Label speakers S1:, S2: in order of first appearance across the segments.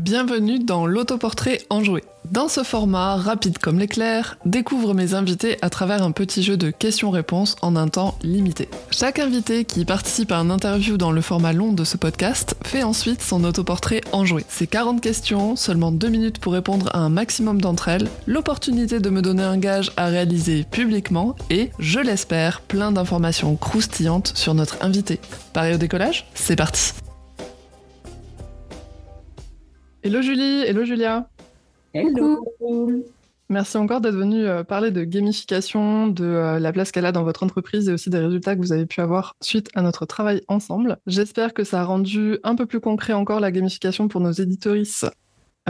S1: bienvenue dans l'autoportrait enjoué. Dans ce format, rapide comme l'éclair, découvre mes invités à travers un petit jeu de questions-réponses en un temps limité. Chaque invité qui participe à un interview dans le format long de ce podcast fait ensuite son autoportrait enjoué. C'est 40 questions, seulement 2 minutes pour répondre à un maximum d'entre elles, l'opportunité de me donner un gage à réaliser publiquement et, je l'espère, plein d'informations croustillantes sur notre invité. Pareil au décollage C'est parti Hello Julie, hello Julia.
S2: Hello.
S1: Merci encore d'être venue euh, parler de gamification, de euh, la place qu'elle a dans votre entreprise et aussi des résultats que vous avez pu avoir suite à notre travail ensemble. J'espère que ça a rendu un peu plus concret encore la gamification pour nos éditorices.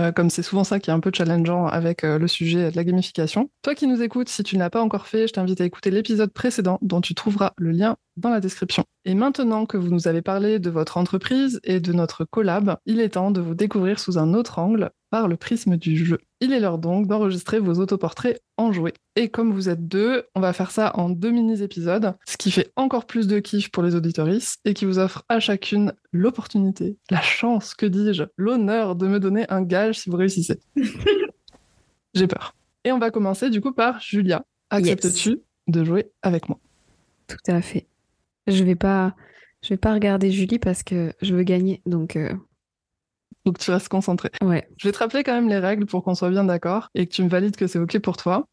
S1: euh, comme c'est souvent ça qui est un peu challengeant avec euh, le sujet de la gamification. Toi qui nous écoutes, si tu ne l'as pas encore fait, je t'invite à écouter l'épisode précédent dont tu trouveras le lien dans la description. Et maintenant que vous nous avez parlé de votre entreprise et de notre collab, il est temps de vous découvrir sous un autre angle par le prisme du jeu. Il est l'heure donc d'enregistrer vos autoportraits enjoués. Et comme vous êtes deux, on va faire ça en deux mini-épisodes, ce qui fait encore plus de kiff pour les auditorices et qui vous offre à chacune l'opportunité, la chance, que dis-je, l'honneur de me donner un gage si vous réussissez. J'ai peur. Et on va commencer du coup par Julia. Acceptes-tu de jouer avec moi
S2: Tout à fait. Je vais pas, je vais pas regarder Julie parce que je veux gagner. Donc euh,
S1: Donc tu restes concentrée.
S2: ouais,
S1: Je vais te rappeler quand même les règles pour qu'on soit bien d'accord et que tu me valides que c'est OK pour toi.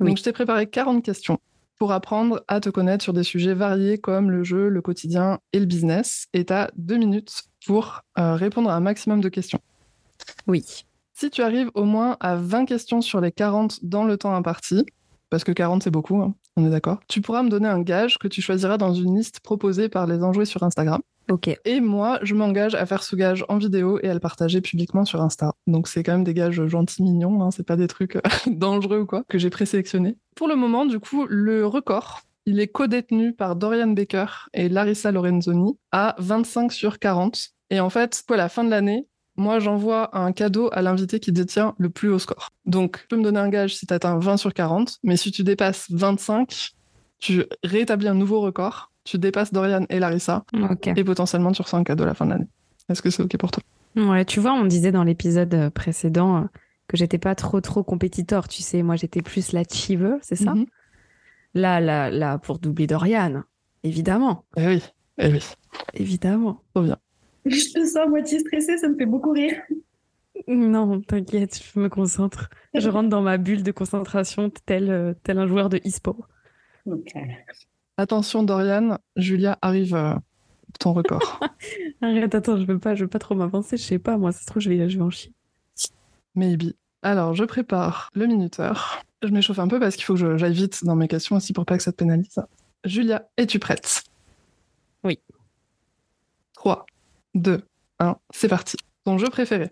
S1: Donc,
S2: Oui.
S1: je t'ai préparé 40 questions pour apprendre à te connaître sur des sujets variés comme le jeu, le quotidien et le business. Et tu as deux minutes pour euh, répondre à un maximum de questions.
S2: oui.
S1: Si tu arrives au moins à 20 questions sur les 40 dans le temps imparti, parce que 40 c'est beaucoup, hein, on est d'accord, tu pourras me donner un gage que tu choisiras dans une liste proposée par les enjoués sur Instagram.
S2: Ok.
S1: Et moi, je m'engage à faire ce gage en vidéo et à le partager publiquement sur Insta. Donc c'est quand même des gages gentils, mignons, hein, c'est pas des trucs euh, dangereux ou quoi, que j'ai présélectionnés. Pour le moment, du coup, le record, il est co-détenu par Dorian Baker et Larissa Lorenzoni à 25 sur 40. Et en fait, quoi, à la fin de l'année, moi, j'envoie un cadeau à l'invité qui détient le plus haut score. Donc, tu peux me donner un gage si tu atteins 20 sur 40, mais si tu dépasses 25, tu réétablis un nouveau record, tu dépasses Dorian et Larissa,
S2: Ok.
S1: et potentiellement tu reçois un cadeau à la fin de l'année. Est-ce que c'est ok pour toi
S2: Ouais, tu vois, on disait dans l'épisode euh, précédent euh, que j'étais pas trop trop compétiteur. Tu sais, moi j'étais plus la achiever, c'est ça
S1: Mhm.
S2: Là, là, là, pour doubler Dorian, évidemment,
S1: Eh oui, eh oui.
S2: évidemment.
S3: Je te sens à moitié stressée, ça me fait beaucoup rire.
S2: Non, t'inquiète, je me concentre. Je rentre dans ma bulle de concentration, tel, euh, tel un joueur de e-sport.
S3: euh,
S1: Attention Dorian, Julia arrive euh, ton record.
S2: Arrête, attends, je veux pas, je veux pas trop m'avancer. Je sais pas, moi, ça se trouve, je vais, je vais en chier.
S1: Maybe. Alors, je prépare le minuteur. Je m'échauffe un peu parce qu'il faut que je- j'aille vite dans mes questions aussi pour pas que ça te pénalise. Julia, es-tu prête
S2: Oui.
S1: 3, 2, 1, c'est parti. Ton jeu préféré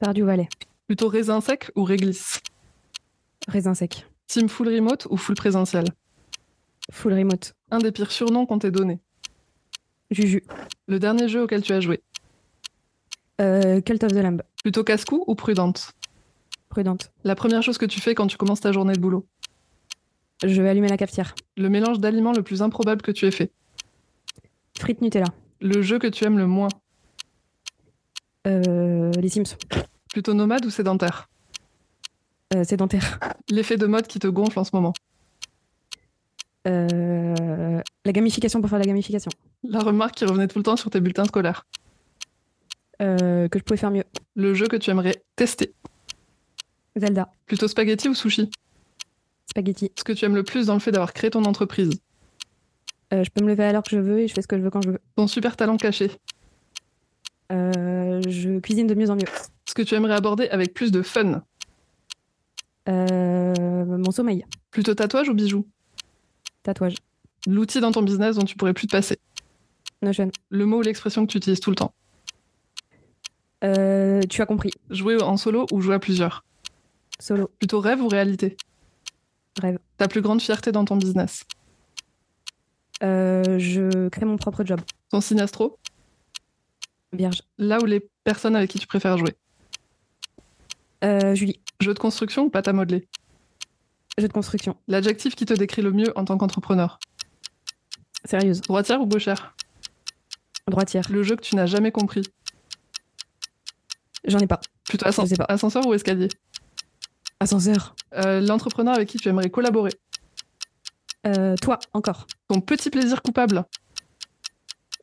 S2: Part du Valais,
S1: Plutôt raisin sec ou réglisse
S2: raisin sec,
S1: Team full remote ou full présentiel
S2: full remote,
S1: Un des pires surnoms qu'on t'ait donné.
S2: Juju,
S1: Le dernier jeu auquel tu as joué
S2: euh, Cult of the Lamb,
S1: Plutôt casse-cou ou prudente
S2: prudente.
S1: La première chose que tu fais quand tu commences ta journée de boulot
S2: Je vais allumer la cafetière.
S1: Le mélange d'aliments le plus improbable que tu aies fait
S2: Frites Nutella,
S1: Le jeu que tu aimes le moins
S2: euh, les Sims,
S1: Plutôt nomade ou sédentaire
S2: euh, sédentaire,
S1: L'effet de mode qui te gonfle en ce moment
S2: euh, la gamification pour faire la gamification,
S1: La remarque qui revenait tout le temps sur tes bulletins scolaires
S2: euh, que je pouvais faire mieux.
S1: Le jeu que tu aimerais tester
S2: Zelda,
S1: Plutôt spaghetti ou sushi
S2: spaghetti,
S1: Ce que tu aimes le plus dans le fait d'avoir créé ton entreprise
S2: euh, je peux me lever à l'heure que je veux et je fais ce que je veux quand je veux.
S1: Ton super talent caché
S2: Euh, je cuisine de mieux en mieux.
S1: Ce que tu aimerais aborder avec plus de fun
S2: Euh, mon sommeil,
S1: Plutôt tatouage ou bijoux
S2: tatouage,
S1: L'outil dans ton business dont tu pourrais plus te passer
S2: Notion.
S1: Le mot ou l'expression que tu utilises tout le temps
S2: Euh, tu as compris,
S1: Jouer en solo ou jouer à plusieurs
S2: solo,
S1: Plutôt rêve ou réalité
S2: Rêve.
S1: Ta plus grande fierté dans ton business
S2: Euh, je crée mon propre job,
S1: Ton signe astro
S2: vierge.
S1: Là où les personnes avec qui tu préfères jouer
S2: Euh, Julie,
S1: Jeu de construction ou pâte à modeler
S2: jeu de construction,
S1: L'adjectif qui te décrit le mieux en tant qu'entrepreneur
S2: sérieuse,
S1: Droitière ou gauchère
S2: droitière,
S1: Le jeu que tu n'as jamais compris
S2: J'en ai pas.
S1: Plutôt
S2: Je
S1: ascen-
S2: sais pas.
S1: ascenseur ou escalier
S2: Ascenseur.
S1: Euh, L'entrepreneur avec qui tu aimerais collaborer
S2: Euh, toi, encore.
S1: Ton petit plaisir coupable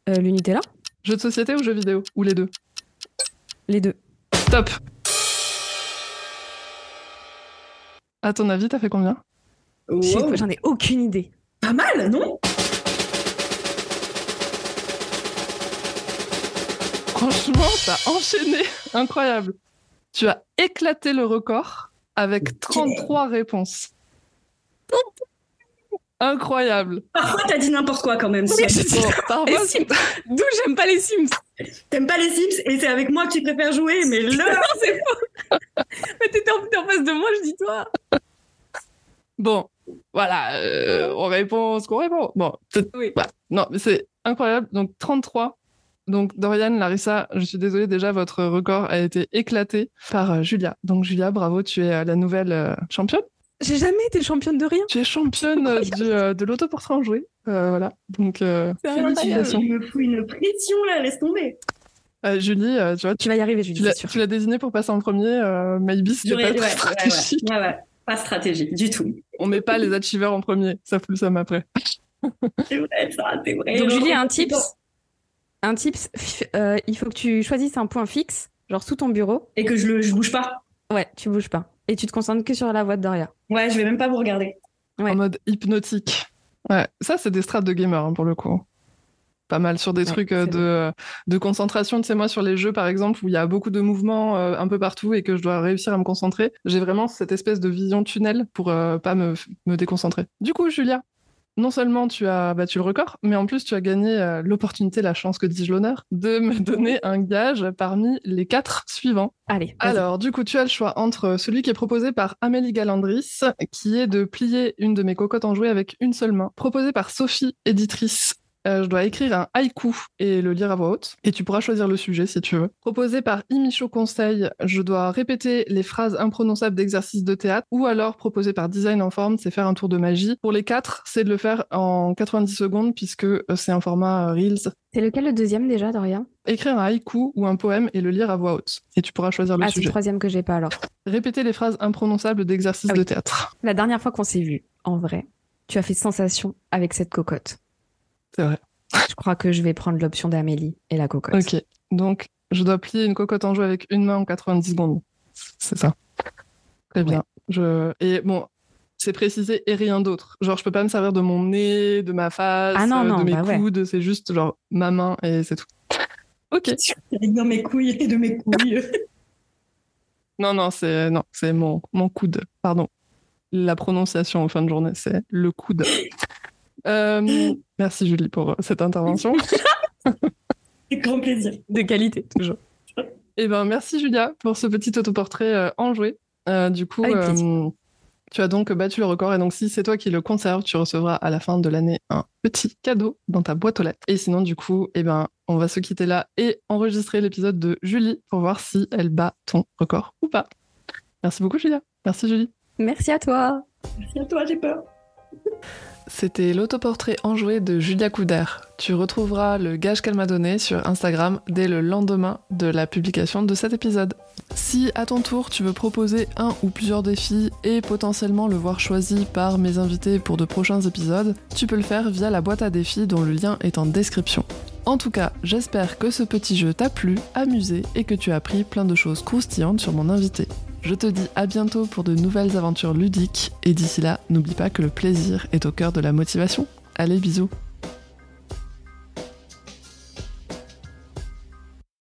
S2: Euh, L'unité là
S1: Jeu de société ou jeu vidéo Ou les deux
S2: Les deux.
S1: Top À ton avis, t'as fait combien
S2: Je sais
S3: Oh, Wow.
S2: pas, J'en ai aucune idée.
S3: Pas mal, non
S1: Franchement, t'as enchaîné Incroyable Tu as éclaté le record avec 33 réponses. Incroyable
S3: Parfois, t'as dit n'importe quoi quand même. Sim.
S1: Bon, parfois,
S2: Les Sims. D'où j'aime pas les Sims.
S3: T'aimes pas les Sims et c'est avec moi que tu préfères jouer, mais là,
S2: c'est faux. Mais t'étais en, t'es en face de moi, je dis toi.
S1: Bon, voilà, euh, on répond ce qu'on répond. Bon, peut-être-
S2: Oui.
S1: bah, non, mais c'est incroyable. Donc, 33. Donc, Dorian, Larissa, je suis désolée, déjà, votre record a été éclaté par euh, Julia. Donc, Julia, bravo, tu es euh, la nouvelle euh, championne.
S2: J'ai jamais été championne de rien.
S1: Tu es championne euh, du, euh, de l'autoportrait en jouet. Euh, voilà. Donc, euh,
S2: C'est
S3: tu me
S2: incroyable.
S3: tu me fous une pression là, laisse tomber.
S1: euh, Julie, euh, tu vois, tu
S2: Tu vas y arriver, Julie,
S1: tu l'as-
S2: c'est sûr.
S1: tu l'as désignée pour passer en premier. Euh, maybe, c'était
S3: J'aurais-
S1: pas
S3: ouais,
S1: très
S3: ouais,
S1: stratégique.
S3: ouais, ouais, ouais. Pas stratégique du tout.
S1: On met pas les achievers en premier. Ça fout le somme après.
S3: C'est vrai, ça, c'est vrai.
S2: Donc,
S3: Genre,
S2: Julie, un
S3: c'est bon.
S2: tips. Un tips, f- euh, il faut que tu choisisses un point fixe, genre sous ton bureau.
S3: Et que je le, je bouge pas.
S2: Ouais, tu bouges pas. Et tu te concentres que sur la voix de Doria.
S3: Ouais, je vais même pas vous regarder.
S2: Ouais.
S1: en mode hypnotique. Ouais, ça, c'est des strates de gamer hein, pour le coup. Pas mal sur des
S2: Ouais,
S1: trucs euh,
S2: c'est
S1: de, euh, de concentration. Tu sais, moi, sur les jeux, par exemple, où il y a beaucoup de mouvements euh, un peu partout et que je dois réussir à me concentrer, j'ai vraiment cette espèce de vision tunnel pour euh, pas me, me déconcentrer. Du coup, Julia, non seulement tu as battu le record, mais en plus, tu as gagné euh, l'opportunité, la chance, que dis-je l'honneur, de me donner un gage parmi les quatre suivants.
S2: Allez. vas-y.
S1: Alors, du coup, tu as le choix entre celui qui est proposé par Amélie Galandris, qui est de plier une de mes cocottes en jouet avec une seule main, proposé par Sophie, éditrice. Euh, je dois écrire un haïku et le lire à voix haute. Et tu pourras choisir le sujet si tu veux. Proposé par Imicho Conseil, je dois répéter les phrases imprononçables d'exercices de théâtre. Ou alors proposé par Design en forme, c'est faire un tour de magie. Pour les quatre, c'est de le faire en 90 secondes puisque euh, c'est un format euh, Reels.
S2: C'est lequel le deuxième déjà, Doria Ah,
S1: Écrire un haïku ou un poème et le lire à voix haute. Et tu pourras choisir le
S2: Ah, c'est le
S1: sujet.
S2: troisième que j'ai pas alors.
S1: Répéter les phrases imprononçables d'exercices
S2: Ah oui.
S1: de théâtre.
S2: La dernière fois qu'on s'est vu, en vrai, tu as fait sensation avec cette cocotte.
S1: C'est vrai.
S2: Je crois que je vais prendre l'option d'Amélie et la cocotte.
S1: Ok. Donc, je dois plier une cocotte en jeu avec une main en 90 secondes. C'est ça. Très bien. Je... Et bon, c'est précisé et rien d'autre. Genre, je peux pas me servir de mon nez, de ma face,
S2: Ah non,
S1: euh,
S2: non,
S1: de mes
S2: bah ouais.
S1: coudes. C'est juste genre ma main et c'est tout. Ok.
S3: Dans mes couilles et de mes couilles.
S1: Non, non, c'est non, c'est mon, mon coude. Pardon. La prononciation en fin de journée, c'est le coude. Euh, merci Julie pour euh, cette intervention.
S3: Avec grand plaisir.
S2: De qualité, toujours.
S1: Eh ben, merci Julia pour ce petit autoportrait euh, enjoué. Euh, du coup,
S2: Avec plaisir.
S1: euh, tu as donc battu le record. Et donc, si c'est toi qui le conserves, tu recevras à la fin de l'année un petit cadeau dans ta boîte aux lettres. Et sinon, du coup, eh ben, on va se quitter là et enregistrer l'épisode de Julie pour voir si elle bat ton record ou pas. Merci beaucoup Julia. Merci Julie.
S2: Merci à toi.
S3: Merci à toi, j'ai peur.
S1: C'était l'autoportrait enjoué de Julia Coudert. Tu retrouveras le gage qu'elle m'a donné sur Instagram dès le lendemain de la publication de cet épisode. Si à ton tour tu veux proposer un ou plusieurs défis et potentiellement le voir choisi par mes invités pour de prochains épisodes, tu peux le faire via la boîte à défis dont le lien est en description. En tout cas, j'espère que ce petit jeu t'a plu, amusé et que tu as appris plein de choses croustillantes sur mon invité. Je te dis à bientôt pour de nouvelles aventures ludiques et d'ici là, n'oublie pas que le plaisir est au cœur de la motivation. Allez, bisous